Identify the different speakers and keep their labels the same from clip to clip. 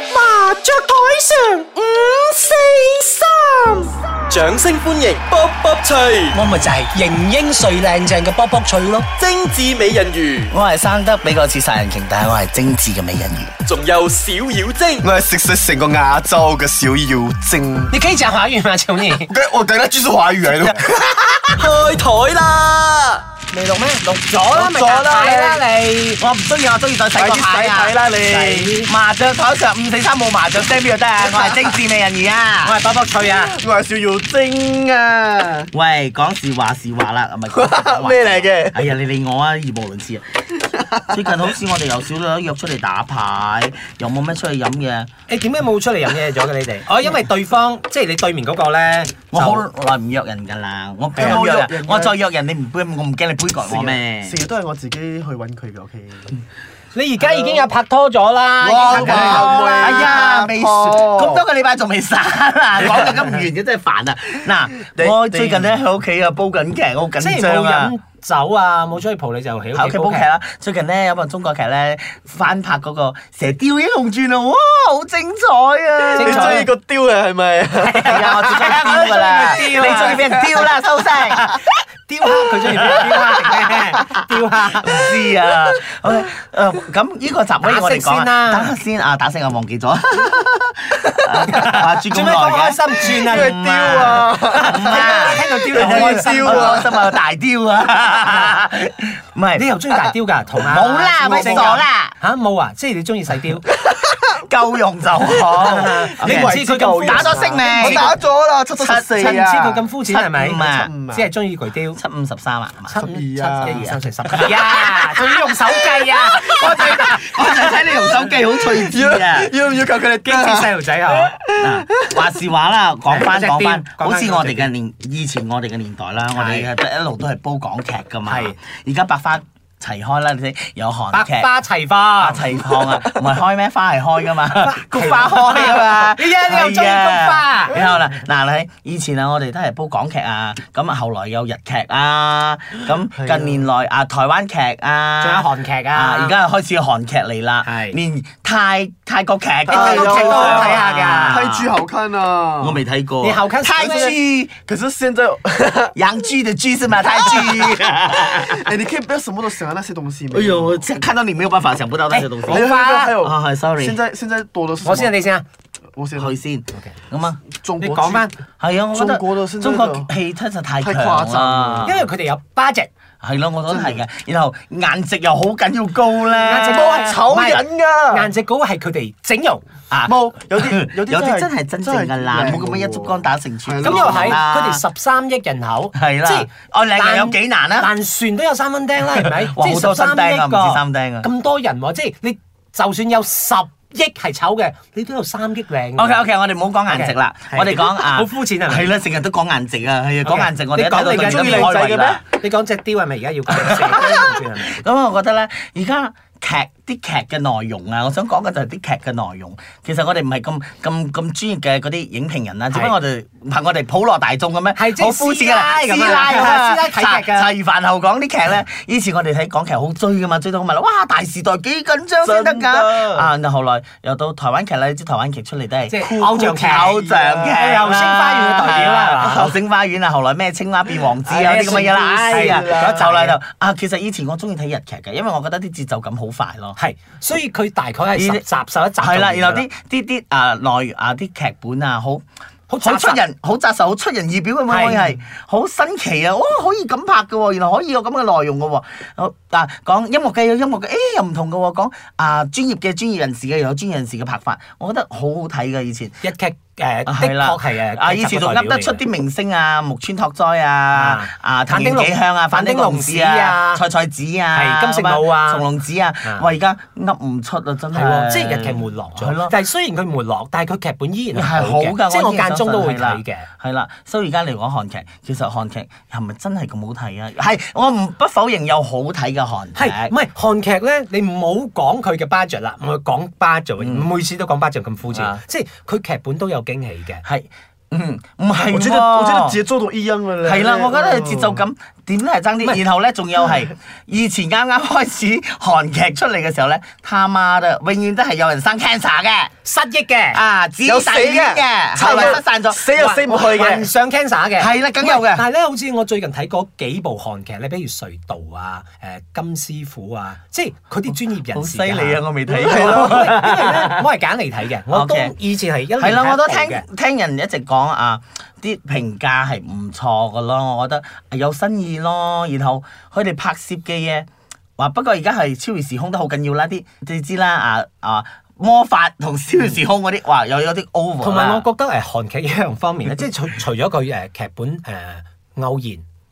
Speaker 1: 雀台上五四三，掌聲歡迎卜卜脆，
Speaker 2: 我咪就係型英帥靚正嘅卜卜脆咯。
Speaker 1: 精緻美人魚，
Speaker 2: 我係生得比較似殺人鯨，但係我係精緻嘅美人魚。
Speaker 1: 仲有小妖精，
Speaker 3: 我係食食成個亞洲嘅小妖精。
Speaker 2: 你可以講華語嗎，求 你？你
Speaker 3: 我我等下專屬華語嚟到，
Speaker 1: 開台啦！
Speaker 2: 未錄咩？錄咗
Speaker 3: 啦咪打牌啦
Speaker 2: 你！我唔中意，我中意再睇個牌啊！
Speaker 3: 快啲洗牌啦你！
Speaker 2: 麻雀台上五四三冇麻雀聲邊度得 啊？我係精緻美人魚啊！我係卜卜脆啊！
Speaker 3: 我係小妖精啊！
Speaker 2: 喂，講是話是話啦，唔 係
Speaker 3: 咩嚟嘅
Speaker 2: 哎呀，你理我啊，語無倫次啊！最近好似我哋又少咗約出嚟打牌，又冇咩出去飲嘅。
Speaker 4: 你點解冇出嚟飲嘢咗嘅你哋？哦，因為對方即係你對面嗰個咧，
Speaker 2: 我
Speaker 4: 就
Speaker 2: 好耐唔約人㗎啦，我
Speaker 3: 係啊
Speaker 2: 冇
Speaker 3: 約
Speaker 2: 約
Speaker 3: 人
Speaker 2: 人，
Speaker 3: 㗎
Speaker 2: 我再約人你唔杯，我唔驚你杯葛我咩？
Speaker 3: 成日都係我自己去揾佢嘅屋企。
Speaker 4: 你而家已經有拍拖咗啦，
Speaker 3: 哇
Speaker 2: Vâng,
Speaker 4: 已經拍緊
Speaker 3: 哇
Speaker 4: 拖啦
Speaker 2: 哎呀，未
Speaker 3: 阿婆
Speaker 2: 咁多個禮拜仲未散 啊！講到咁唔完嘅真係煩啊！
Speaker 3: 你
Speaker 2: 嗱，我最近咧喺屋企啊煲緊劇，我好
Speaker 4: 即係
Speaker 2: 緊張
Speaker 4: 冇
Speaker 2: 啊
Speaker 4: 飲！酒啊，冇出去蒲你就喺
Speaker 2: 喺
Speaker 4: 屋
Speaker 2: 屋
Speaker 4: 企
Speaker 2: 企煲
Speaker 4: 煲劇
Speaker 2: 劇啦！最近咧有部中國劇咧翻拍嗰個《射雕英雄傳》啊，哇，好精彩啊！
Speaker 4: 精彩
Speaker 3: 個雕嘅係 咪？
Speaker 2: 係啊，我最中意雕㗎啦，
Speaker 4: 我
Speaker 2: 你
Speaker 4: 最中意雕啊
Speaker 2: 中意俾人雕啦，收聲！
Speaker 4: 雕刻佢中意雕刻定咩？雕刻
Speaker 2: 唔知啊，好誒咁呢個集可以我哋講啊
Speaker 4: 打
Speaker 2: 打
Speaker 4: 色先啦
Speaker 2: 下先啊，打聲我忘記咗，話轉
Speaker 4: 做
Speaker 2: 咁
Speaker 4: 咩咁
Speaker 2: 耐
Speaker 4: 開
Speaker 2: 嘅。
Speaker 4: 心轉啊？
Speaker 2: 因為雕啊唔啊，
Speaker 4: 聽到
Speaker 2: 聽
Speaker 4: 雕
Speaker 2: 到
Speaker 4: 就開心
Speaker 2: 雕啊，開心啊，大雕啊，唔係
Speaker 4: 你又中意大雕㗎？同啊
Speaker 2: 冇啦咪
Speaker 4: 正㗎
Speaker 2: 傻啦
Speaker 4: 嚇冇啊！即係你中意細雕，
Speaker 2: 夠用就好，
Speaker 4: 你唔知佢咁
Speaker 2: 打咗色未？
Speaker 4: Dạ,
Speaker 3: 我打咗啦，七七十
Speaker 4: 趁
Speaker 3: 四
Speaker 4: 知
Speaker 3: 啊
Speaker 4: 佢！咁膚淺係咪
Speaker 2: 七五啊？
Speaker 4: 只係中意佢雕。
Speaker 2: 七五十三啊，
Speaker 4: 七
Speaker 3: 十二啊
Speaker 4: 七一二三 四十二啊，仲要用手計啊！
Speaker 2: 我就我就睇你用手機好趣致 啊！
Speaker 3: 要唔要求佢哋
Speaker 4: 激死細路仔係
Speaker 3: 啊
Speaker 4: 嘛？
Speaker 2: 嗱，啊話是話啦，講翻
Speaker 4: 係
Speaker 2: 講翻
Speaker 4: 嗰隻碟，
Speaker 2: 好似
Speaker 4: 講返
Speaker 2: 我哋嘅年，以前我哋嘅年代啦，我哋係一路都係煲港劇噶嘛
Speaker 4: 係。
Speaker 2: 而家百花齊開啦，你睇有韓
Speaker 4: 百
Speaker 2: 劇。
Speaker 4: 花齊放
Speaker 2: 啊，。齊放啊，唔係開咩花係開 噶嘛，菊花開噶嘛，
Speaker 4: 哎呀你又中意菊花
Speaker 2: 係啊然後啦，嗱你以前啊，我哋都係煲港劇啊，咁啊後來有日劇啊，咁近年來啊台灣劇啊，
Speaker 4: 仲有韓劇啊
Speaker 2: 而家又開始有韓劇嚟啦，
Speaker 4: 係
Speaker 2: 連泰泰國劇，
Speaker 3: 泰國劇都好啊睇
Speaker 4: 下㗎
Speaker 3: 泰銖好看啊！
Speaker 2: 我未睇過。
Speaker 4: 你後坑
Speaker 2: 泰
Speaker 4: 死咩
Speaker 2: 劇，
Speaker 3: 可是現在，
Speaker 2: 洋劇的劇是嗎？泰 劇。
Speaker 3: 哎，你可以不要什麼都想啊，那些東西沒有。
Speaker 2: 哎呦，我想看到你沒有辦法想不到那些東
Speaker 4: 哎
Speaker 2: 西。
Speaker 3: 還有還有還有
Speaker 2: 啊係，sorry
Speaker 3: 現在現在多的是什麼
Speaker 4: 我先，你先啊，
Speaker 3: 我先，
Speaker 2: 去先。咁啊，
Speaker 3: 中
Speaker 4: 你
Speaker 3: 國
Speaker 4: 講翻，
Speaker 2: 係啊，我覺得
Speaker 3: 中國都先
Speaker 2: 中國戲真係太強
Speaker 3: 太誇
Speaker 2: 啦
Speaker 3: 張啦。
Speaker 4: 因為佢哋有 budget，
Speaker 2: 係咯，我覺得係嘅。然後顏值又好緊要高咧。
Speaker 4: 顏值高係醜人
Speaker 3: 㗎
Speaker 4: 顏值嗰個係佢哋整容，
Speaker 2: 啊，
Speaker 3: 冇有啲
Speaker 2: 有
Speaker 3: 有
Speaker 2: 啲
Speaker 3: 啲
Speaker 2: 真係真正㗎啦，
Speaker 3: 真係
Speaker 2: 冇咁樣一竹竿打成串。
Speaker 3: 係
Speaker 4: 咁
Speaker 3: 咯
Speaker 4: 又係
Speaker 2: 啦
Speaker 4: 佢哋十三億人口，
Speaker 2: 係啦
Speaker 4: 即係
Speaker 2: 哦靚人有幾難啊
Speaker 4: 爛爛船都有三蚊 釘啦，係咪？
Speaker 2: 哇
Speaker 4: 即係
Speaker 2: 好
Speaker 4: 13
Speaker 2: 多新釘啊
Speaker 4: 億
Speaker 2: 唔
Speaker 4: 個
Speaker 2: 止三釘啊
Speaker 4: 咁多人喎，即係你就算有十億係醜嘅，你都有三億靚嘅。
Speaker 2: O K O K，我哋唔好講顏值啦
Speaker 4: OK，係
Speaker 2: 我哋講啊，
Speaker 4: 好膚淺係咪
Speaker 2: 係啦，成日都講顏值啊，係啊，講
Speaker 4: OK，
Speaker 2: 顏值我
Speaker 4: 你
Speaker 2: 哋一睇
Speaker 4: 講
Speaker 2: 到
Speaker 4: 你嘅
Speaker 2: 就
Speaker 4: 中意
Speaker 2: 開
Speaker 4: 靚
Speaker 3: 仔
Speaker 2: 胃
Speaker 3: 嘅
Speaker 2: 啦
Speaker 3: 咩
Speaker 4: 你講隻雕係咪而家要 講蛇雕唔知係咪？
Speaker 2: 咁我覺得咧，而家劇啲劇嘅內容啊，我想講嘅就係啲劇嘅內容。其實我哋唔係咁咁咁專業嘅嗰啲影評人啊，只不過我哋唔係我哋普羅大眾咁樣，
Speaker 4: 係即係
Speaker 2: 好膚淺嘅啦，
Speaker 4: 師奶咁啊
Speaker 2: 師奶咁啊
Speaker 4: 師奶睇劇㗎
Speaker 2: 茶餘飯後講啲劇咧，以前我哋睇港劇好追噶嘛，追到咁咪啦，哇！大時代幾緊張先得
Speaker 3: 真
Speaker 2: 㗎
Speaker 3: 㗎
Speaker 2: 啊！然後後來又到台灣劇啦，你知台灣劇出嚟都係
Speaker 4: 即係偶像劇
Speaker 2: 偶像劇啦
Speaker 4: 流星花園嘅代表啦係嘛
Speaker 2: 流星花園啊啊，後來咩青蛙變王子啊
Speaker 4: 哎呀
Speaker 2: 啲咁嘅嘢啦，哎呀，
Speaker 3: 算啦
Speaker 2: 嗰一集啦就啊，其實以前我中意睇日劇嘅，因為我覺得啲節奏感好快咯。
Speaker 4: 係，所以佢大概係十集十一集
Speaker 2: 係啦，
Speaker 4: 就完㗎
Speaker 2: 然後啲啲啲啊內啊啲劇本啊，好好
Speaker 4: 紮實
Speaker 2: 出人好扎實，好出人意表咁樣
Speaker 4: 係
Speaker 2: 可以係好新奇啊！哇，可以咁拍嘅喎，原來可以有咁嘅內容嘅喎。好嗱，講音樂嘅有音樂嘅，誒又唔同嘅喎，講啊專業嘅專業人士嘅又有專業人士嘅拍法，我覺得好好睇嘅以前。
Speaker 4: 日劇誒的
Speaker 2: 啊係啦
Speaker 4: 確係誒
Speaker 2: 啊！以前仲噏得出啲明星啊，木村拓哉啊，啊
Speaker 4: 反町
Speaker 2: 藤原
Speaker 4: 隆
Speaker 2: 紀香啊，反
Speaker 4: 反
Speaker 2: 町
Speaker 4: 町
Speaker 2: 隆
Speaker 4: 隆
Speaker 2: 子
Speaker 4: 子
Speaker 2: 啊，
Speaker 4: 啊
Speaker 2: 菜菜子啊，
Speaker 4: 係金城武啊
Speaker 2: 松隆子啊
Speaker 4: 啊，
Speaker 2: 喂而家噏唔出啊，真
Speaker 4: 係喎，
Speaker 2: 係，
Speaker 4: 即係日劇沒落
Speaker 2: 係咯
Speaker 4: 咗。但係雖然佢沒落，但係佢劇本依然
Speaker 2: 係
Speaker 4: 係
Speaker 2: 好
Speaker 4: 好
Speaker 2: 㗎，
Speaker 4: 嘅，即係我
Speaker 2: 依然
Speaker 4: 間中都會
Speaker 2: 相
Speaker 4: 睇
Speaker 2: 信
Speaker 4: 嘅。
Speaker 2: 係啦。係啦，所以而家嚟講韓劇，其實韓劇係咪真係咁好睇啊？係，我唔不否認有好睇嘅韓
Speaker 4: 係唔
Speaker 2: 劇。
Speaker 4: 係韓劇咧？你唔好講佢嘅 budget 啦，唔係講 budget，每次都講 budget 咁膚淺
Speaker 2: 嗯啊。
Speaker 4: 即係佢劇本都有驚喜嘅。
Speaker 2: 係，嗯，唔係
Speaker 3: 我覺得我覺得
Speaker 2: 喎
Speaker 3: 節奏都一樣嘅咧。嗯
Speaker 2: 係啦，我覺得佢節奏感點都嗯係爭啲。然後咧，仲有 係以前啱啱開始韓劇出嚟嘅時候咧，他媽的，永遠都係有人生 cancer 嘅，
Speaker 4: 失憶嘅，
Speaker 2: 啊，子
Speaker 1: 有
Speaker 2: 彈
Speaker 1: 死
Speaker 2: 嘅，啊
Speaker 1: 嘅，
Speaker 2: 後來失散咗，
Speaker 1: 死又死唔去
Speaker 4: 患
Speaker 1: 嘅。
Speaker 4: 上 cancer 嘅，
Speaker 2: 係啦梗有嘅
Speaker 4: 喂但係咧，好似我最近睇嗰幾部韓劇咧，比如《隧道》啊、誒《金師傅》啊，即係佢啲專業人
Speaker 2: 好
Speaker 4: 士
Speaker 2: 犀
Speaker 4: 㗎
Speaker 2: 利啊！我未睇
Speaker 4: 係
Speaker 2: 過。
Speaker 4: 咯，因為咧，我係揀嚟睇嘅，我都
Speaker 2: OK
Speaker 4: 以前係一年
Speaker 2: 係啦，我都
Speaker 4: 睇一部嘅
Speaker 2: 聽聽人一直講啊，啲評價係唔錯噶咯，我覺得啊有新意咯。然後佢哋拍攝嘅嘢，話不過而家係超越時空都好緊要啦，啲你知啦啊啊魔法同超越時空嗰啲，哇又有啲 over 啦
Speaker 4: 同埋我覺得誒韓劇一樣方面咧，即係除除咗佢誒劇本誒、呃、偶然，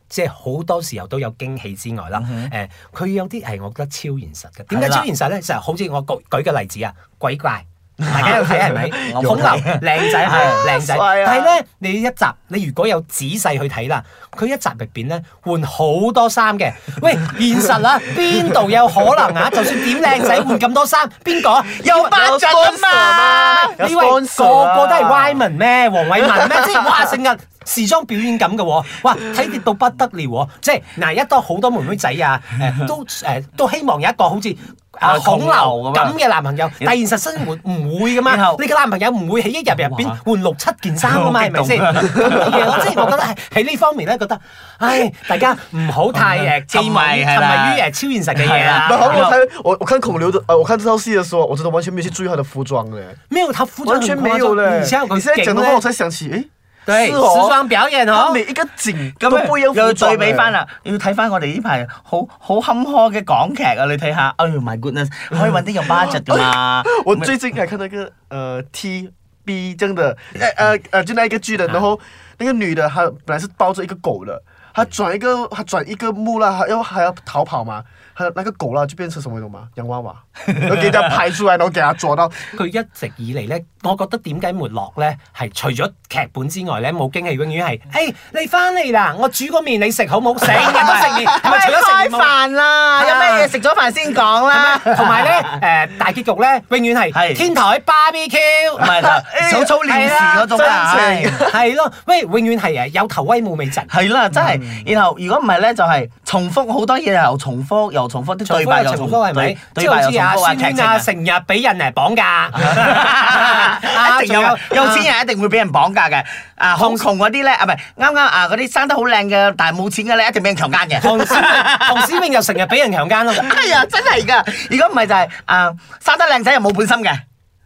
Speaker 4: 即係好多時候都有驚喜之外啦，誒佢、有啲係我覺得超現實嘅。點
Speaker 2: 係
Speaker 4: 解
Speaker 2: 啦
Speaker 4: 超現實咧？就係好似我舉舉個例子啊，鬼怪。大家有睇係咪？
Speaker 2: 我冇睇
Speaker 4: 孔劉靚仔係靚仔，
Speaker 1: 帥啊
Speaker 4: 但係咧你一集你如果有仔細去睇啦，佢一集入邊咧換好多衫嘅。喂，現實啊，邊度有可能啊？就算點靚仔換咁多衫，邊個啊有巴掌啊嘛？
Speaker 1: 有
Speaker 4: 你以為個
Speaker 1: sponsor 啊
Speaker 4: 個都係 Y 文咩？黃偉 文咩？即係哇，成日時裝表演咁嘅喎，哇，睇跌到不得了喎！即係嗱，一多好多妹妹仔 啊，誒都誒都希望有一個好似啊
Speaker 2: 啊
Speaker 4: 孔
Speaker 2: 孔
Speaker 4: 劉
Speaker 2: 劉咁
Speaker 4: 咁
Speaker 2: 啊
Speaker 4: 嘅男朋友，但係現實生活唔會噶嘛
Speaker 2: 然後，
Speaker 4: 你嘅男朋友唔會喺一日入邊
Speaker 2: 哇
Speaker 4: 換六七件衫噶嘛，
Speaker 2: 好
Speaker 4: 係
Speaker 2: 激啊
Speaker 4: 咪
Speaker 2: 動
Speaker 4: 先？咁嘅嘢咯即係我覺得係喺呢方面咧，覺得唉，大家唔好 太誒沉迷
Speaker 2: 嗯沉迷係
Speaker 4: 沉
Speaker 2: 啦
Speaker 4: 迷於誒超現實嘅嘢
Speaker 2: 係
Speaker 4: 啊
Speaker 2: 啦！
Speaker 3: 然后我看我我看孔刘的呃，我看这套戏的时候，我真的完全没有去注意他的服装嘞，
Speaker 4: 咩？他服裝
Speaker 3: 完
Speaker 4: 很啊
Speaker 3: 全
Speaker 4: 誇
Speaker 3: 没
Speaker 4: 張
Speaker 3: 有嘞。
Speaker 4: 而且佢
Speaker 3: 你现在讲的话，
Speaker 4: 勁
Speaker 3: 我
Speaker 4: 咧
Speaker 3: 才想起，诶，
Speaker 4: 對
Speaker 3: 是
Speaker 4: 時
Speaker 3: 哦，
Speaker 4: 裝表演
Speaker 3: 他
Speaker 4: 嗬
Speaker 3: 每。一个景
Speaker 2: 咁啊
Speaker 3: 都不一
Speaker 2: 又
Speaker 3: 样
Speaker 2: 要
Speaker 3: 服装
Speaker 2: 對
Speaker 3: 嘞
Speaker 2: 比翻啦，要睇翻我哋呢排好好坎坷嘅港劇啊！你睇下，哎呦 my goodness，可以揾啲有 budget 噶 嘛？
Speaker 3: 我最近还看那个呃 T B 这样的，呃呃呃，就那一个剧的，然后那个女的她本来是抱着一个狗的，她转一个她转一个木啦，她要还要逃跑嘛，她的那个狗啦就变成什么你懂吗？洋娃 娃，然后给人家拍出来，然后给她抓到，
Speaker 4: 佢一直以嚟咧，我覺得點解沒落咧，係除咗劇本之外咧，冇驚喜永遠係，誒、哎你翻嚟啦，我煮個麵你食好冇？成日都食麵，係咪除咗
Speaker 2: 開
Speaker 4: 食麵冇？
Speaker 2: 飯啦，有咩嘢食咗飯先講啦。
Speaker 4: 同埋咧，誒、大結局咧，永遠係
Speaker 2: 係
Speaker 4: 天台哎 BBQ，
Speaker 2: 唔 係啦，手操練時嗰種啊，係
Speaker 4: 係咯，喂，永遠係誒有頭威冇尾陣，
Speaker 2: 係啦，真
Speaker 4: 嗯
Speaker 2: 係。然後如果唔係咧，就係重複好多嘢，又重複又重複啲對白又重
Speaker 4: 重複啊
Speaker 2: 複，
Speaker 4: 係咪？即
Speaker 2: 對
Speaker 4: 係好
Speaker 2: 白又
Speaker 4: 似
Speaker 2: 重
Speaker 4: 阿
Speaker 2: 複啊，
Speaker 4: 孫
Speaker 2: 劇
Speaker 4: 圈
Speaker 2: 情
Speaker 4: 啊，
Speaker 2: 啊
Speaker 4: 成日俾人嚟 綁架，啊
Speaker 2: 一定有
Speaker 4: 仲啊
Speaker 2: 有錢人一定會俾人綁架嘅，啊，好窮嗰啲咧，啊唔係啱啱啊嗰啲生得好靚嘅，但係冇錢嘅咧，一定俾人強姦 嘅。
Speaker 4: 唐詩唐詩詠又成日俾人強姦 咯。
Speaker 2: 係啊，真係噶！如果唔係就係、啊，生得靚仔又冇本心嘅，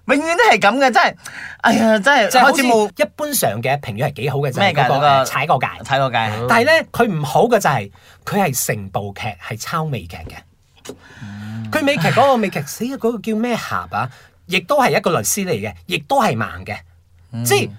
Speaker 2: 永遠都係咁嘅，真係，哎呀，真係
Speaker 4: 即係好
Speaker 2: 開
Speaker 4: 似
Speaker 2: 始冇
Speaker 4: 一般上嘅評語係幾好嘅，就係
Speaker 2: 咩㗎
Speaker 4: 嗰
Speaker 2: 嗰
Speaker 4: 個
Speaker 2: 個
Speaker 4: 誒踩過界。哦
Speaker 2: 睇過界。
Speaker 4: 但係咧，佢唔好嘅就係佢係成部劇係抄美劇嘅。佢美劇嗰個美劇死啊！嗰個叫咩俠啊？亦都係一個律師嚟嘅，亦都係盲嘅，
Speaker 2: 嗯
Speaker 4: 即係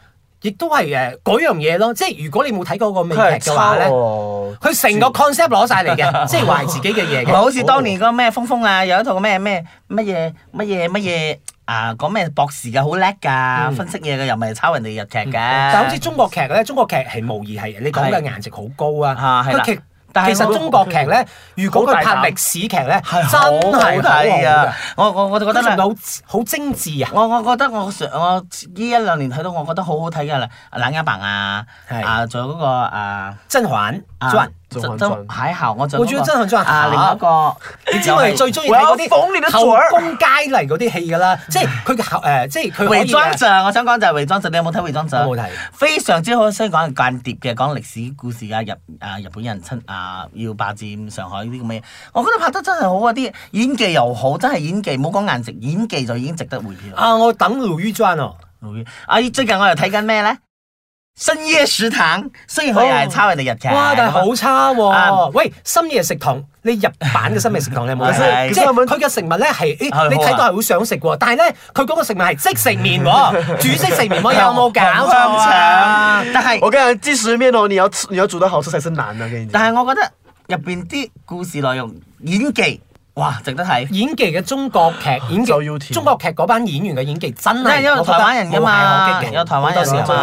Speaker 4: 亦都係誒嗰樣嘢咯。即係如果你冇睇過個美劇嘅話咧，佢成個 concept 攞晒嚟 嘅，即係話係自己嘅嘢
Speaker 2: 唔係
Speaker 4: 嘅。哦
Speaker 2: 好似當年嗰個咩峰峰啊，有一套咩咩乜嘢乜嘢乜嘢啊，講咩博士嘅好叻㗎，分析嘢嘅又唔係抄人哋日劇嘅。
Speaker 4: 嗯但好似中國劇咧，中國劇係無疑係你講嘅
Speaker 2: 係
Speaker 4: 顏值好高啊
Speaker 2: 啊。係啦
Speaker 4: 佢劇
Speaker 2: 但係
Speaker 4: 其實
Speaker 2: 我
Speaker 4: 中國劇咧，如果佢
Speaker 3: 好大膽
Speaker 4: 拍歷史劇咧，
Speaker 2: 係
Speaker 4: 真
Speaker 2: 好
Speaker 4: 係好
Speaker 2: 好睇
Speaker 4: 好
Speaker 2: 啊
Speaker 4: 㗎！！
Speaker 2: 我我我就覺
Speaker 4: 佢
Speaker 2: 得
Speaker 4: 仲
Speaker 2: 啦。
Speaker 4: 有好精緻啊！
Speaker 2: 我我覺得我上我呢一兩年睇到，我覺得好好睇嘅啦，《冷家白》啊，
Speaker 4: 係
Speaker 2: 啊，仲有嗰個啊，
Speaker 4: 甄嬛
Speaker 2: 啊
Speaker 4: 傳，
Speaker 2: 甄
Speaker 3: 甄嬛
Speaker 2: 甄
Speaker 3: 傳
Speaker 2: 海後，我仲
Speaker 4: 我覺得甄嬛傳
Speaker 2: 啊，另外一個，
Speaker 4: 你知我哋最中意睇嗰啲
Speaker 3: 我要縫你的嘴
Speaker 4: 後
Speaker 3: 兒
Speaker 4: 宮佳麗嗰啲戲㗎啦，即係佢嘅後誒，即係佢可以
Speaker 2: 偽裝
Speaker 4: 嘅
Speaker 2: 者，我想講就係偽裝者，你有冇睇偽裝者？
Speaker 4: 我冇睇
Speaker 2: 非常之好，雖然講係間諜嘅，講歷史故事啊，日啊日本人親啊要霸佔上海呢啲咁嘅嘢，我覺得拍得真係好啊！啲演技又好，真係演技，冇講顏值，演技就已經值得回票。
Speaker 4: 啊！我等《魯豫傳》哦，
Speaker 2: 啊，最近我又睇緊咩咧？深夜食堂，雖然佢又係抄人哋日劇，
Speaker 4: 哇！但係好差喎
Speaker 2: 啊。
Speaker 4: 喂，深夜食堂，你日版嘅深夜食堂你有冇睇？
Speaker 2: 係
Speaker 4: 即係佢嘅食物咧係，咦
Speaker 2: 係
Speaker 4: 你
Speaker 2: 好啊
Speaker 4: 睇到係好想食喎，但係咧佢嗰個食物係即食麵 喎，煮即食麵喎，有冇搞
Speaker 2: 香
Speaker 4: 錯啊？
Speaker 2: 腸？但係
Speaker 3: 我跟你讲，即食面哦，你要吃，你要煮到好吃才是难的，跟你讲。
Speaker 2: 但係我覺得入邊啲故事內容、演技，哇，值得睇。
Speaker 4: 演技嘅中國
Speaker 3: 啊
Speaker 4: 劇演
Speaker 3: 就要
Speaker 4: 技，
Speaker 3: 甜
Speaker 4: 中國劇嗰班演員嘅演技真
Speaker 2: 因為
Speaker 4: 係，
Speaker 2: 因為台灣人㗎嘛
Speaker 4: 我覺得無懈可擊嘅
Speaker 2: 有台灣
Speaker 4: 好
Speaker 2: 人
Speaker 4: 多時候
Speaker 2: 㗎嘛
Speaker 3: 啊
Speaker 2: 係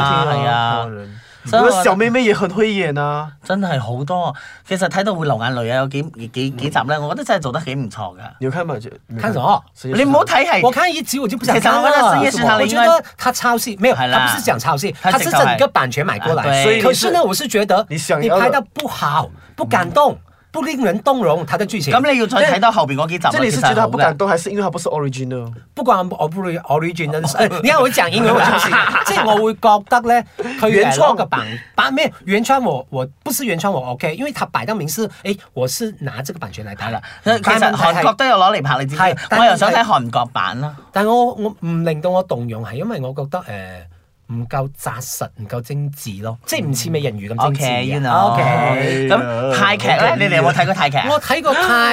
Speaker 2: 啊
Speaker 3: 台灣人
Speaker 2: 所以
Speaker 3: 我
Speaker 2: 我
Speaker 3: 的小妹妹也很会演啊，
Speaker 2: 真係好多，其實睇到會流眼淚啊！有幾幾幾集咧，我覺得真係做得幾唔錯噶。
Speaker 3: 你有看嗎？就
Speaker 4: 看什么？
Speaker 3: 深夜食
Speaker 2: 你唔
Speaker 3: 堂
Speaker 2: 好睇係
Speaker 4: 我看一集我就不想
Speaker 2: 其實
Speaker 4: 看
Speaker 2: 我覺得深
Speaker 4: 了
Speaker 2: 夜食堂。
Speaker 4: 我
Speaker 2: 你應
Speaker 4: 觉
Speaker 2: 該
Speaker 4: 得他抄袭，没有，
Speaker 2: 係啦
Speaker 4: 他不是讲抄袭，
Speaker 2: 他
Speaker 4: 他
Speaker 2: 直
Speaker 4: 是
Speaker 2: 頭係
Speaker 4: 整个版权买过
Speaker 2: 啊對
Speaker 4: 来。
Speaker 2: 所以
Speaker 3: 你
Speaker 4: 可是呢，
Speaker 3: 是
Speaker 4: 我是觉得
Speaker 3: 你想
Speaker 4: 你
Speaker 3: 要的
Speaker 4: 拍的不好，不感动，不令人动容，他的剧情。
Speaker 2: 咁你要再睇到後邊嗰幾集啦，啊
Speaker 3: 这里
Speaker 2: 其
Speaker 3: 是
Speaker 2: 實
Speaker 3: 觉得
Speaker 2: 好
Speaker 3: 他不
Speaker 2: 嘅
Speaker 3: 敢。动，还是因为他不是 original？
Speaker 4: 不管 ori original，呃你看我講英文，我 就是，即係我會覺得咧，佢
Speaker 3: 原
Speaker 4: 誒
Speaker 3: 創
Speaker 4: 攞個版版咩原創我我不是原創我 OK，因為他擺到明是，誒、哎我是拿這個版權嚟
Speaker 2: 係
Speaker 4: 拍
Speaker 2: 啦
Speaker 4: 啦，。
Speaker 2: 其實韓國都有攞嚟拍，你知唔
Speaker 4: 係
Speaker 2: 知？
Speaker 4: 但
Speaker 2: 我又想睇
Speaker 4: 係
Speaker 2: 韓國版啦。
Speaker 4: 但我我唔令到我動容係因為我覺得誒。呃唔夠扎實，唔夠精緻咯，即係唔似美人魚咁
Speaker 2: O
Speaker 4: 精
Speaker 2: K，
Speaker 4: 緻
Speaker 2: you
Speaker 4: 嘅。
Speaker 2: know。
Speaker 4: OK，
Speaker 2: 咁泰劇咧，你哋有冇睇過泰劇啊？
Speaker 4: 我睇過泰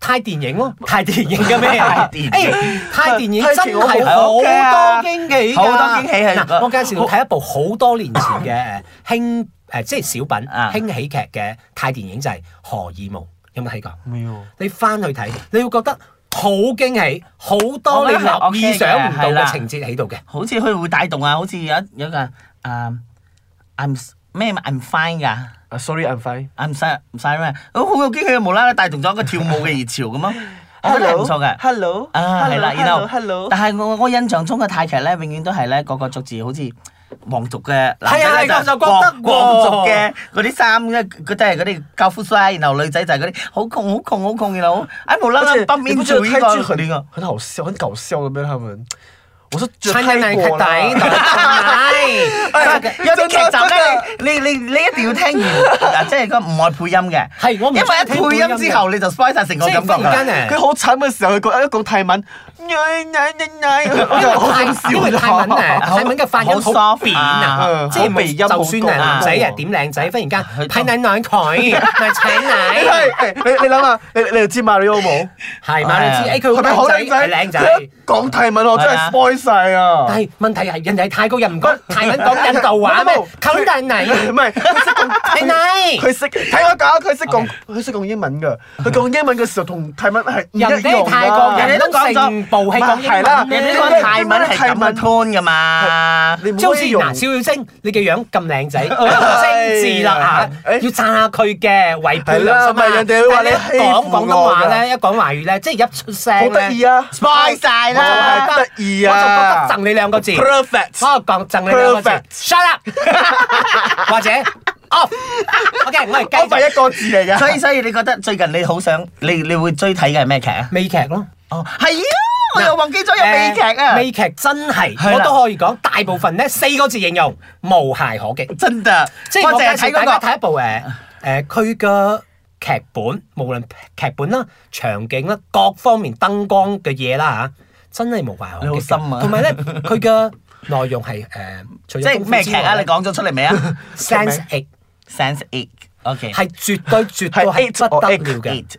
Speaker 4: 泰電影 咯，泰電影嘅咩？泰
Speaker 2: 泰電影
Speaker 4: 泰電影
Speaker 3: 泰
Speaker 4: 真
Speaker 3: 泰劇我
Speaker 4: 係好
Speaker 2: 好
Speaker 4: 多
Speaker 2: 驚啊
Speaker 4: 驚喜㗎，
Speaker 2: 好多驚喜係
Speaker 4: 嗱，我介紹睇一部好多年前 嘅輕誒，即係小品
Speaker 2: 啊
Speaker 4: 輕喜劇嘅泰電影就係《荷爾蒙》，有冇睇過？
Speaker 3: 没有。
Speaker 4: 你翻去睇，你會覺得好驚喜，好多你
Speaker 2: 我覺得係
Speaker 4: 意
Speaker 2: OK 嘅
Speaker 4: 想唔到
Speaker 2: 係啦
Speaker 4: 嘅情節喺度嘅。
Speaker 2: 好似佢會帶動啊，好似有一有一個啊，I'm 咩 I'm fine 㗎。
Speaker 3: 啊，sorry，I'm fine。
Speaker 2: I'm sorry，唔使咩？我好有機佢無啦啦帶動咗一個跳舞嘅熱潮 咁咯，我覺得係唔錯嘅。
Speaker 3: Hello，
Speaker 2: 啊，係啦，然後
Speaker 3: Hello，
Speaker 2: 但係我我印象中嘅泰劇咧，永遠都係咧個個着住好似皇族嘅男
Speaker 4: 係啊
Speaker 2: 仔
Speaker 4: 係
Speaker 2: 呢
Speaker 4: 我就覺得
Speaker 2: 皇皇族
Speaker 4: 喎
Speaker 2: 嘅嗰啲衫咧，佢都係嗰啲教夫帥，然後女仔就係嗰啲好窮好窮好窮，然後哎無啦啦
Speaker 3: 而且
Speaker 2: 崩
Speaker 3: 你
Speaker 2: 面
Speaker 3: 不觉
Speaker 2: 做
Speaker 3: 得
Speaker 2: 呢
Speaker 3: 泰
Speaker 2: 個
Speaker 3: 剧很很好笑、很搞笑的咩？他们，我是觉得
Speaker 4: 親眼
Speaker 3: 泰
Speaker 4: 嚟
Speaker 3: 国
Speaker 4: 睇
Speaker 3: 啦。
Speaker 2: 有
Speaker 3: 哎
Speaker 2: 啊啲劇集咧，你你你一定要聽完啊嗱，即係個唔愛配音嘅，
Speaker 4: 係我唔
Speaker 2: 因
Speaker 4: 中意聽
Speaker 2: 為一配
Speaker 4: 配
Speaker 2: 音
Speaker 4: 音
Speaker 2: 之
Speaker 4: 嘅
Speaker 2: 後你就 spoil 晒成個
Speaker 4: 即係
Speaker 2: 感覺㗎
Speaker 4: 忽
Speaker 2: 啦
Speaker 4: 然。間
Speaker 3: 佢
Speaker 4: 誒。
Speaker 3: 好慘嘅時候，佢講一講泰文，哎哎哎哎我就好想笑哎
Speaker 4: 因為泰 文誒，
Speaker 2: 好
Speaker 4: 泰文嘅發音
Speaker 2: 好
Speaker 4: 好
Speaker 2: soft
Speaker 4: 扁
Speaker 3: 啊
Speaker 4: 啊，即係
Speaker 3: 好鼻音好
Speaker 4: 就算係男仔啊點靚仔，忽然間睇奶奶佢，咪請
Speaker 3: 你
Speaker 4: 奶，
Speaker 3: 睇，哎你你諗下，你你又知 Mario 冇？
Speaker 4: 係嘛？你知誒
Speaker 3: 係咪
Speaker 4: 佢
Speaker 3: 好
Speaker 4: 好靚
Speaker 3: 靚仔？
Speaker 4: 仔，係靚仔
Speaker 3: 佢。一講泰文我真
Speaker 2: 係啊
Speaker 3: 係 spoil 晒啊！
Speaker 4: 但係問題係人哋係泰國人唔講泰文，講印度話咩
Speaker 3: 唔係唔係？
Speaker 4: 溝奶奶，
Speaker 3: 唔係佢識講
Speaker 4: 奶奶，
Speaker 3: 佢識睇我講，佢識講佢識講英文㗎。佢講英文嘅時候同泰文係唔一
Speaker 4: 人
Speaker 3: 樣
Speaker 4: 哋係
Speaker 3: 㗎。
Speaker 4: 泰國人，
Speaker 2: 人哋都
Speaker 4: 都
Speaker 2: 講咗
Speaker 4: 成部係講英
Speaker 3: 係啦
Speaker 4: 文
Speaker 2: 人哋
Speaker 4: 咧
Speaker 2: 都講泰文係咁嘅 tone 噶嘛，
Speaker 3: 你唔
Speaker 4: 即好
Speaker 3: 可
Speaker 4: 似
Speaker 3: 以用
Speaker 4: 嗱，小妖精，你嘅樣咁靚 仔，精緻啦嚇，
Speaker 3: 哎
Speaker 4: 要讚下佢嘅為配良心
Speaker 3: 係啦咪
Speaker 4: 啊！
Speaker 3: 人哋會話你
Speaker 4: 但係一講
Speaker 3: 欺負
Speaker 4: 廣
Speaker 3: 我
Speaker 4: 東話
Speaker 3: 㗎
Speaker 4: 咧，一講華語咧，即係一出聲
Speaker 3: 好
Speaker 4: 咧
Speaker 3: 得意啊！
Speaker 2: spoil 晒
Speaker 3: 我就
Speaker 2: 啦。
Speaker 3: 係得意
Speaker 4: 我
Speaker 3: 啊！
Speaker 4: 就覺得贈你兩個字，我
Speaker 3: perfect。
Speaker 4: 講贈你兩個字
Speaker 3: Perfect
Speaker 4: ，shut up，或者 off。OK，我係
Speaker 3: 我
Speaker 4: 繼
Speaker 3: 第
Speaker 4: 續
Speaker 3: 一個字嚟㗎。
Speaker 2: 所以所以你覺得最近你好想你你會追睇嘅係咩劇啊？
Speaker 4: 美劇咯。
Speaker 2: 哦，係啊，我又忘記咗有美劇啊，
Speaker 4: 美劇真係，
Speaker 2: 係
Speaker 4: 我
Speaker 2: 啦
Speaker 4: 都可以講大部分咧四個字形容，無懈可擊。
Speaker 2: 真㗎，
Speaker 4: 即係
Speaker 2: 我
Speaker 4: 我淨係
Speaker 2: 淨係睇
Speaker 4: 睇
Speaker 2: 嗰
Speaker 4: 大家
Speaker 2: 個
Speaker 4: 睇一部誒誒佢嘅劇本，無論劇本啦、場景啦、各方面燈光嘅嘢啦嚇，真係無懈可
Speaker 2: 你好
Speaker 4: 擊
Speaker 2: 深
Speaker 4: 㗎。
Speaker 2: 啊
Speaker 4: 同埋咧，佢嘅內容係誒，除咗
Speaker 2: 即係咩劇啊？你
Speaker 4: 講
Speaker 2: 講咗出嚟未啊
Speaker 4: Sense Eight
Speaker 2: ？Sense Eight，OK，
Speaker 4: 係絕對絕對
Speaker 3: 係
Speaker 4: 係
Speaker 3: eight
Speaker 4: 不得
Speaker 3: or
Speaker 4: 了嘅
Speaker 2: Eight，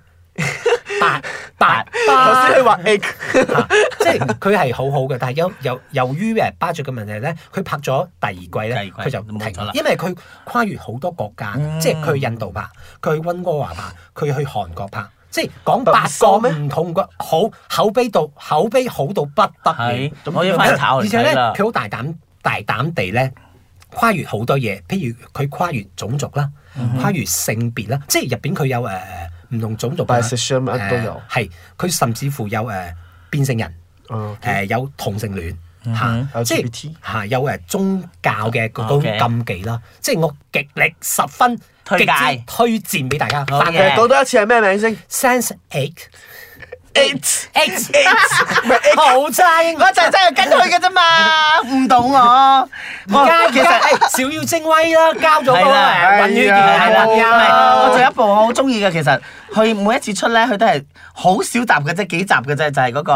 Speaker 4: 八八
Speaker 3: 頭
Speaker 4: 八
Speaker 3: 先。佢話 egg，
Speaker 4: 啊即係佢係好好嘅，但係由由由於誒巴著嘅問題咧，佢拍咗第二季
Speaker 2: 第二季
Speaker 4: 咧，佢就停
Speaker 2: 冇咗啦
Speaker 4: 咗，因為佢跨越好多國家，
Speaker 2: 嗯
Speaker 4: 即係佢去印度拍，佢去溫哥華拍，佢去韓國拍，即係講
Speaker 3: 特
Speaker 4: 八
Speaker 3: 殊
Speaker 4: 個
Speaker 3: 咩
Speaker 4: 唔同嘅好口碑到口碑好到不得了
Speaker 2: 係。我要翻去炒嚟睇啦
Speaker 4: 而且咧，佢好大膽大膽地咧。跨越好多嘢，譬如佢跨越種族啦，
Speaker 3: 嗯
Speaker 4: 跨越性別啦，即係入邊佢有誒唔同種族啊
Speaker 3: Bisexual 乜都有
Speaker 4: 誒係佢甚至乎有誒變性人。誒、有同性戀嚇，
Speaker 3: 嗯哼
Speaker 4: 即
Speaker 3: LGBT
Speaker 4: 係嚇有誒宗教嘅嗰種
Speaker 2: Okay
Speaker 4: 禁忌啦，即係我極力十分
Speaker 2: 推介
Speaker 4: 極之推薦俾大家。
Speaker 2: 好嘅
Speaker 4: 翻
Speaker 3: 誒講多一次係咩名先
Speaker 4: Sense Eight
Speaker 3: ？Eight。
Speaker 4: Eight
Speaker 3: Eight，
Speaker 4: 好正，
Speaker 2: 我就係真係跟佢嘅啫嘛，唔懂我。我
Speaker 4: 而家
Speaker 2: 其
Speaker 4: 其
Speaker 2: 實。
Speaker 4: 實小妖精威啦，交咗個
Speaker 2: 係啦
Speaker 4: 誒啊混血兒
Speaker 3: 哎
Speaker 2: 係
Speaker 4: 啦，
Speaker 2: 啦，
Speaker 3: 呀
Speaker 2: 唔
Speaker 4: 係啊啦
Speaker 2: 係我仲有一部我好中意嘅，其實佢每一次出咧，佢都係好少集嘅啫，幾集嘅啫，就係嗰個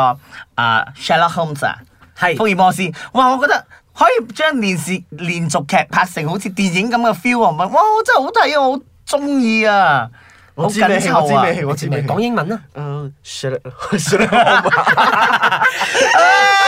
Speaker 2: 啊 Sherlock Holmes 啊，
Speaker 4: 係
Speaker 2: 福爾摩斯。哇，我覺得可以將電視連續劇拍成好似電影咁嘅 feel 啊！哇，我真係好睇啊，我好中意啊，好
Speaker 3: 我知咩
Speaker 2: 緊
Speaker 3: 戲？我知
Speaker 2: 湊啊
Speaker 3: 咩！戲？我知咩戲？
Speaker 4: 講英文啦，
Speaker 3: 嗯，shut up，shut up。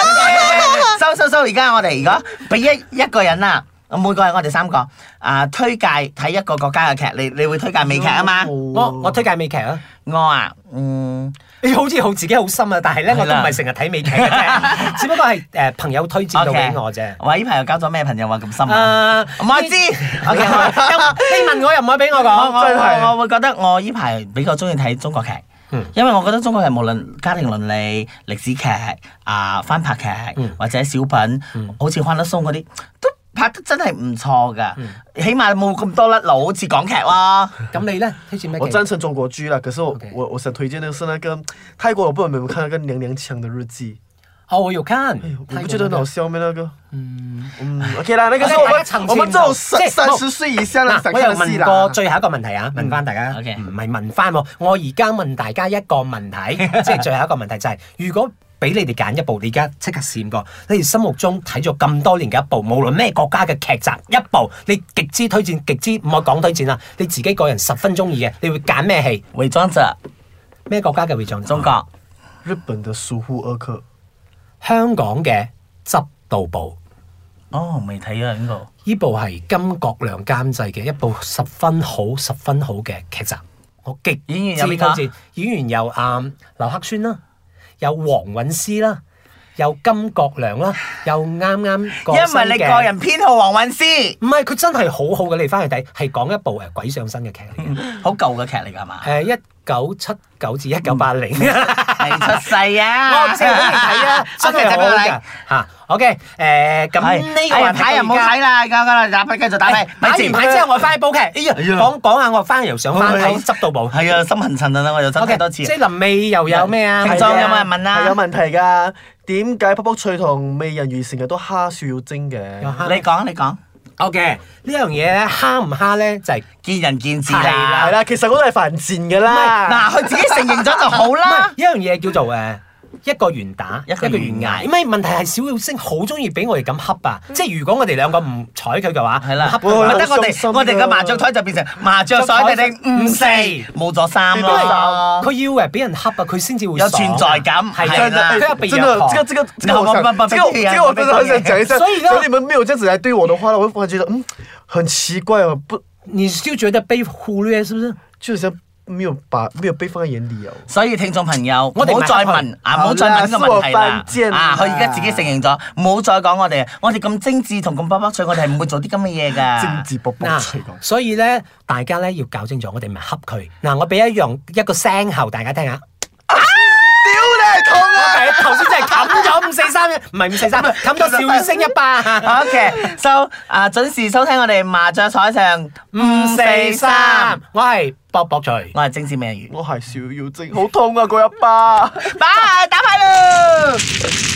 Speaker 2: 收收收！而家我哋如果俾一一個人啊，每個人我哋三個啊推介睇一
Speaker 4: 哦
Speaker 2: 個國家嘅劇，你你會推介美劇啊嘛？
Speaker 4: 我我推介美劇啊，
Speaker 2: 我啊，嗯，
Speaker 4: 你好似好自己好深啊，但係咧
Speaker 2: 係啦
Speaker 4: 我都唔係成日睇美劇嘅啫，只不過係誒朋友推薦到俾我啫。
Speaker 2: 喂，呢排又交咗咩朋友話咁深啊？
Speaker 4: 誒，
Speaker 2: 唔係
Speaker 4: 你
Speaker 2: 知
Speaker 4: 你
Speaker 2: OK，
Speaker 4: 你問我又唔可以俾我
Speaker 2: 我我
Speaker 4: 講。
Speaker 3: 真係
Speaker 2: 我我會覺得我呢排比較中意睇中國劇
Speaker 4: 嗯。
Speaker 2: 因為我覺得中國劇無論家庭倫理、歷史劇、啊翻拍劇、
Speaker 4: 嗯
Speaker 2: 或者小品，好似《歡樂松》嗰啲，都拍得真係唔錯㗎。
Speaker 4: 嗯
Speaker 2: 起碼冇咁多甩佬，好似港劇啦。
Speaker 4: 咁你咧推薦咩
Speaker 3: 我
Speaker 4: 劇？
Speaker 3: 赞成中国剧了，可是我
Speaker 4: OK
Speaker 3: 我我想推荐的是那个泰国，我不知道你们有没有看那个《娘娘腔的日记
Speaker 4: 哦，我有看》，
Speaker 3: 你
Speaker 4: 泰
Speaker 3: 不
Speaker 4: 國
Speaker 3: 哎觉得很
Speaker 4: 嗰
Speaker 3: 好
Speaker 4: 個
Speaker 3: 笑吗？那个，嗯嗯，OK 啦，那个是我
Speaker 4: 大家
Speaker 3: 们
Speaker 4: 層
Speaker 3: 我
Speaker 4: 次
Speaker 3: 們
Speaker 4: 唔
Speaker 3: 这种
Speaker 4: 同即
Speaker 3: 三
Speaker 4: 係
Speaker 3: 三十歲以下的才
Speaker 4: 嗱，我又
Speaker 3: 看的戲
Speaker 4: 問
Speaker 3: 啦。
Speaker 4: 過最後一個問題啊，問翻大家，
Speaker 2: 嗯，OK
Speaker 4: 唔係問翻喎，我而家問大家一個問 題，即係最後一個問題就係，如果俾你哋揀一部，你而家即刻閃過，你哋心目中睇咗咁多年嘅一部，無論咩國家嘅劇集，一部你極之推薦，極之唔好講推薦啦，你自己個人十分中意嘅，你會揀咩戲？
Speaker 2: 偽裝者，
Speaker 4: 咩國家嘅會長？
Speaker 2: 中國
Speaker 3: 日本的疏忽二課，
Speaker 4: 香港嘅執到部。
Speaker 2: 哦，未睇啊呢個。
Speaker 4: 呢部係金國良監製嘅一部十分好、十分好嘅劇集，我極
Speaker 2: 演員
Speaker 4: 之
Speaker 2: 有
Speaker 4: 推
Speaker 2: 邊個啊
Speaker 4: 薦。演員有啊、劉克宣啦，有黃韻詩啦，有金國良啦，又啱啱過身
Speaker 2: 因為你
Speaker 4: 嘅
Speaker 2: 個人偏好黃韻詩，
Speaker 4: 唔係佢真係好好嘅，你翻去睇係講一部誒鬼上身嘅劇嚟嘅，
Speaker 2: 好舊嘅劇嚟㗎係嘛？
Speaker 4: 誒一九七九至一九八零。
Speaker 2: 未出世啊！
Speaker 4: 我唔知好嚟睇 啊，真係好㗎嚇。OK，誒咁
Speaker 2: 係
Speaker 4: 呢個
Speaker 2: 哎呀
Speaker 4: 話題
Speaker 2: 睇又唔好
Speaker 4: 而家
Speaker 2: 睇啦，而家啦，打牌繼續打牌，
Speaker 4: 哎買
Speaker 2: 咪
Speaker 4: 完
Speaker 2: 住
Speaker 4: 牌之後，我翻去煲劇。哎呀，講講下我翻嚟又想翻睇執到部。
Speaker 2: 係啊，心痕襯啊，我又想睇
Speaker 4: OK，
Speaker 2: 多次
Speaker 4: 即。係臨尾又有咩啊？
Speaker 2: 聽
Speaker 4: 係
Speaker 2: 眾
Speaker 4: 啊
Speaker 2: 有冇人問
Speaker 3: 係有
Speaker 2: 啊？
Speaker 3: 問題㗎。點解卜卜脆同美人魚成日都蝦笑要精
Speaker 4: 有
Speaker 3: 嘅？
Speaker 4: 蝦
Speaker 2: 你講你講，
Speaker 4: OK，呢樣嘢咧蝦唔蝦咧就係
Speaker 2: 見仁見智
Speaker 4: 係啦
Speaker 2: 啦
Speaker 3: 係。啦，其實我都係犯賤㗎啦。
Speaker 2: 嗱，佢自己承認咗就好啦。
Speaker 4: 呢樣嘢叫做誒。一個圓打，
Speaker 2: 啊一個圓捱
Speaker 4: 因為問題係小耀星好中意俾我哋咁恰啊！即係如果我哋兩個唔睬佢嘅話，
Speaker 2: 係啦，
Speaker 4: 恰
Speaker 2: 覺
Speaker 4: 佢嘅話
Speaker 3: 會
Speaker 2: 得我
Speaker 3: 好傷心
Speaker 2: 哋
Speaker 3: 㗎
Speaker 2: 我哋嘅麻雀台就變成麻雀台定定五四，冇咗三
Speaker 3: 因為
Speaker 2: 咯。
Speaker 4: 佢要誒俾人恰啊，佢先至會
Speaker 2: 有
Speaker 4: 爽啊
Speaker 2: 存在感
Speaker 4: 係
Speaker 2: 係
Speaker 4: 啦
Speaker 2: 啦，
Speaker 4: 佢有被
Speaker 3: 真
Speaker 4: 虐
Speaker 3: 的，
Speaker 4: 狂
Speaker 3: 這個這個這
Speaker 2: 然
Speaker 3: 個
Speaker 2: 後
Speaker 3: 我
Speaker 2: 我
Speaker 3: 想，
Speaker 2: 慢慢
Speaker 3: 這個我
Speaker 2: 被虐
Speaker 3: 這個我真的很想講一下。
Speaker 4: 所以呢
Speaker 3: 你們沒有這樣子來對我的話，我會忽然覺得，嗯，很奇怪哦，不，
Speaker 4: 你就覺得被忽略，是不是？
Speaker 3: 就好像沒有把沒有被放在眼裡哦。
Speaker 2: 所以聽眾朋友，唔
Speaker 4: 我哋
Speaker 2: 好再
Speaker 4: 問
Speaker 2: 問啊，唔好再問呢個問題
Speaker 3: 好啦
Speaker 2: 啦
Speaker 3: 是我犯賤。
Speaker 2: 啊，
Speaker 3: 啊
Speaker 2: 佢而家自己承認咗，唔好再講我哋，我哋咁精緻同咁卜卜脆，我哋係唔會做啲咁嘅嘢㗎。
Speaker 3: 政治卜卜脆講
Speaker 4: 啊嗱，。哎所以咧，大家咧要搞清楚，我哋唔係恰佢。嗱，我俾一樣一個聲喉大家聽下。
Speaker 3: 屌你痛
Speaker 4: 我
Speaker 3: 啊！
Speaker 4: 係頭先真係冚咗五四三嘅，唔係五四三，冚咗笑聲一巴。
Speaker 2: OK，so 啊，準時收聽我哋麻雀台上五四三，，
Speaker 4: 我係博博徐。
Speaker 2: 我係精緻美人魚，
Speaker 3: 我係小妖精，好痛啊！嗰一巴。
Speaker 2: 拜，打牌啦！